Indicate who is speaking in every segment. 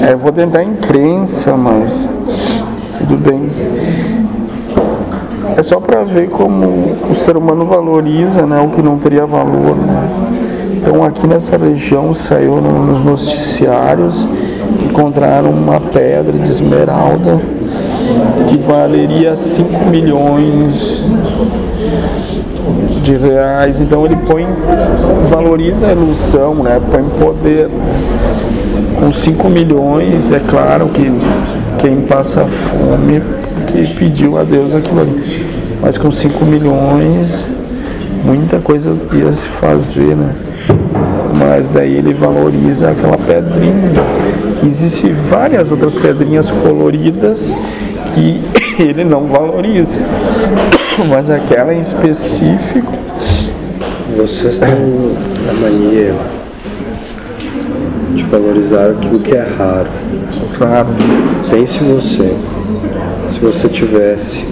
Speaker 1: É, vou tentar imprensa, mas tudo bem. É só para ver como o ser humano valoriza né, o que não teria valor. né? Então aqui nessa região saiu no- nos noticiários que encontraram uma pedra de esmeralda que valeria 5 milhões de reais. Então ele põe, valoriza a ilusão, né? põe poder. Com 5 milhões, é claro que quem passa fome que pediu a Deus aquilo ali. Mas com 5 milhões, muita coisa ia se fazer, né? Mas daí ele valoriza aquela pedrinha. Existem várias outras pedrinhas coloridas que ele não valoriza. Mas aquela em específico
Speaker 2: Vocês têm a mania de valorizar aquilo que é raro. Ah,
Speaker 1: Claro.
Speaker 2: Pense em você. Se você tivesse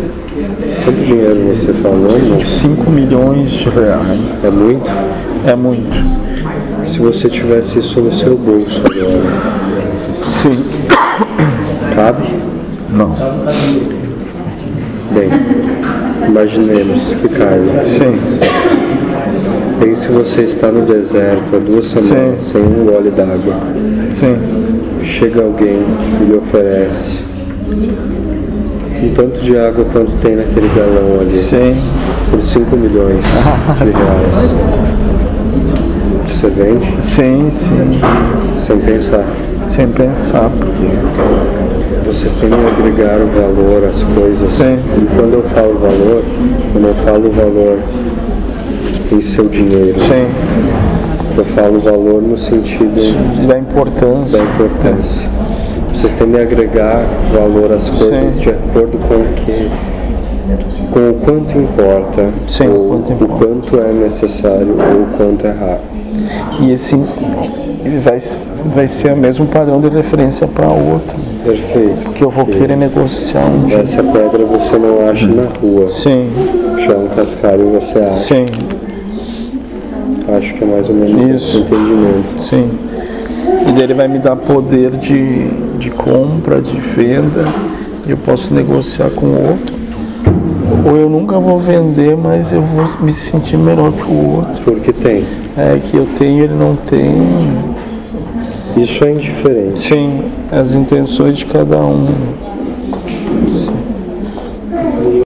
Speaker 2: quanto dinheiro você falou, mas
Speaker 1: 5 milhões de reais.
Speaker 2: é muito.
Speaker 1: É muito.
Speaker 2: Se você tivesse isso no seu bolso agora,
Speaker 1: Sim.
Speaker 2: cabe?
Speaker 1: Não.
Speaker 2: Bem, imaginemos que caiba.
Speaker 1: Sim.
Speaker 2: Pense se você está no deserto há duas semanas sem um gole d'água.
Speaker 1: Sim.
Speaker 2: Chega alguém e lhe oferece um tanto de água quanto tem naquele galão ali.
Speaker 1: Sim.
Speaker 2: por 5 milhões de reais. Você vende
Speaker 1: Sim, sim.
Speaker 2: sem pensar.
Speaker 1: Sem pensar.
Speaker 2: Vocês têm que agregar o valor às coisas.
Speaker 1: Sim.
Speaker 2: E quando eu falo valor, eu não falo valor em seu dinheiro.
Speaker 1: Sim.
Speaker 2: Eu falo valor no sentido
Speaker 1: Da
Speaker 2: da
Speaker 1: importância.
Speaker 2: importância. Vocês tendem a agregar valor às coisas
Speaker 1: Sim.
Speaker 2: de acordo com o que com o quanto importa,
Speaker 1: Sim,
Speaker 2: ou
Speaker 1: quanto
Speaker 2: o
Speaker 1: importa.
Speaker 2: quanto é necessário ou o quanto é raro.
Speaker 1: E esse ele vai, vai ser o mesmo padrão de referência para outro.
Speaker 2: Perfeito.
Speaker 1: Que eu vou querer negociar um dia.
Speaker 2: Essa pedra você não acha na rua.
Speaker 1: Sim,
Speaker 2: Já um cascalho você acha.
Speaker 1: sim,
Speaker 2: Acho que é mais ou menos
Speaker 1: Isso.
Speaker 2: esse entendimento.
Speaker 1: sim. E daí ele vai me dar poder de, de compra, de venda. e Eu posso negociar com o outro. Ou eu nunca vou vender, mas eu vou me sentir melhor que o outro.
Speaker 2: Porque tem.
Speaker 1: É que eu tenho, ele não tem.
Speaker 2: Isso é indiferente.
Speaker 1: Sim, as intenções de cada um.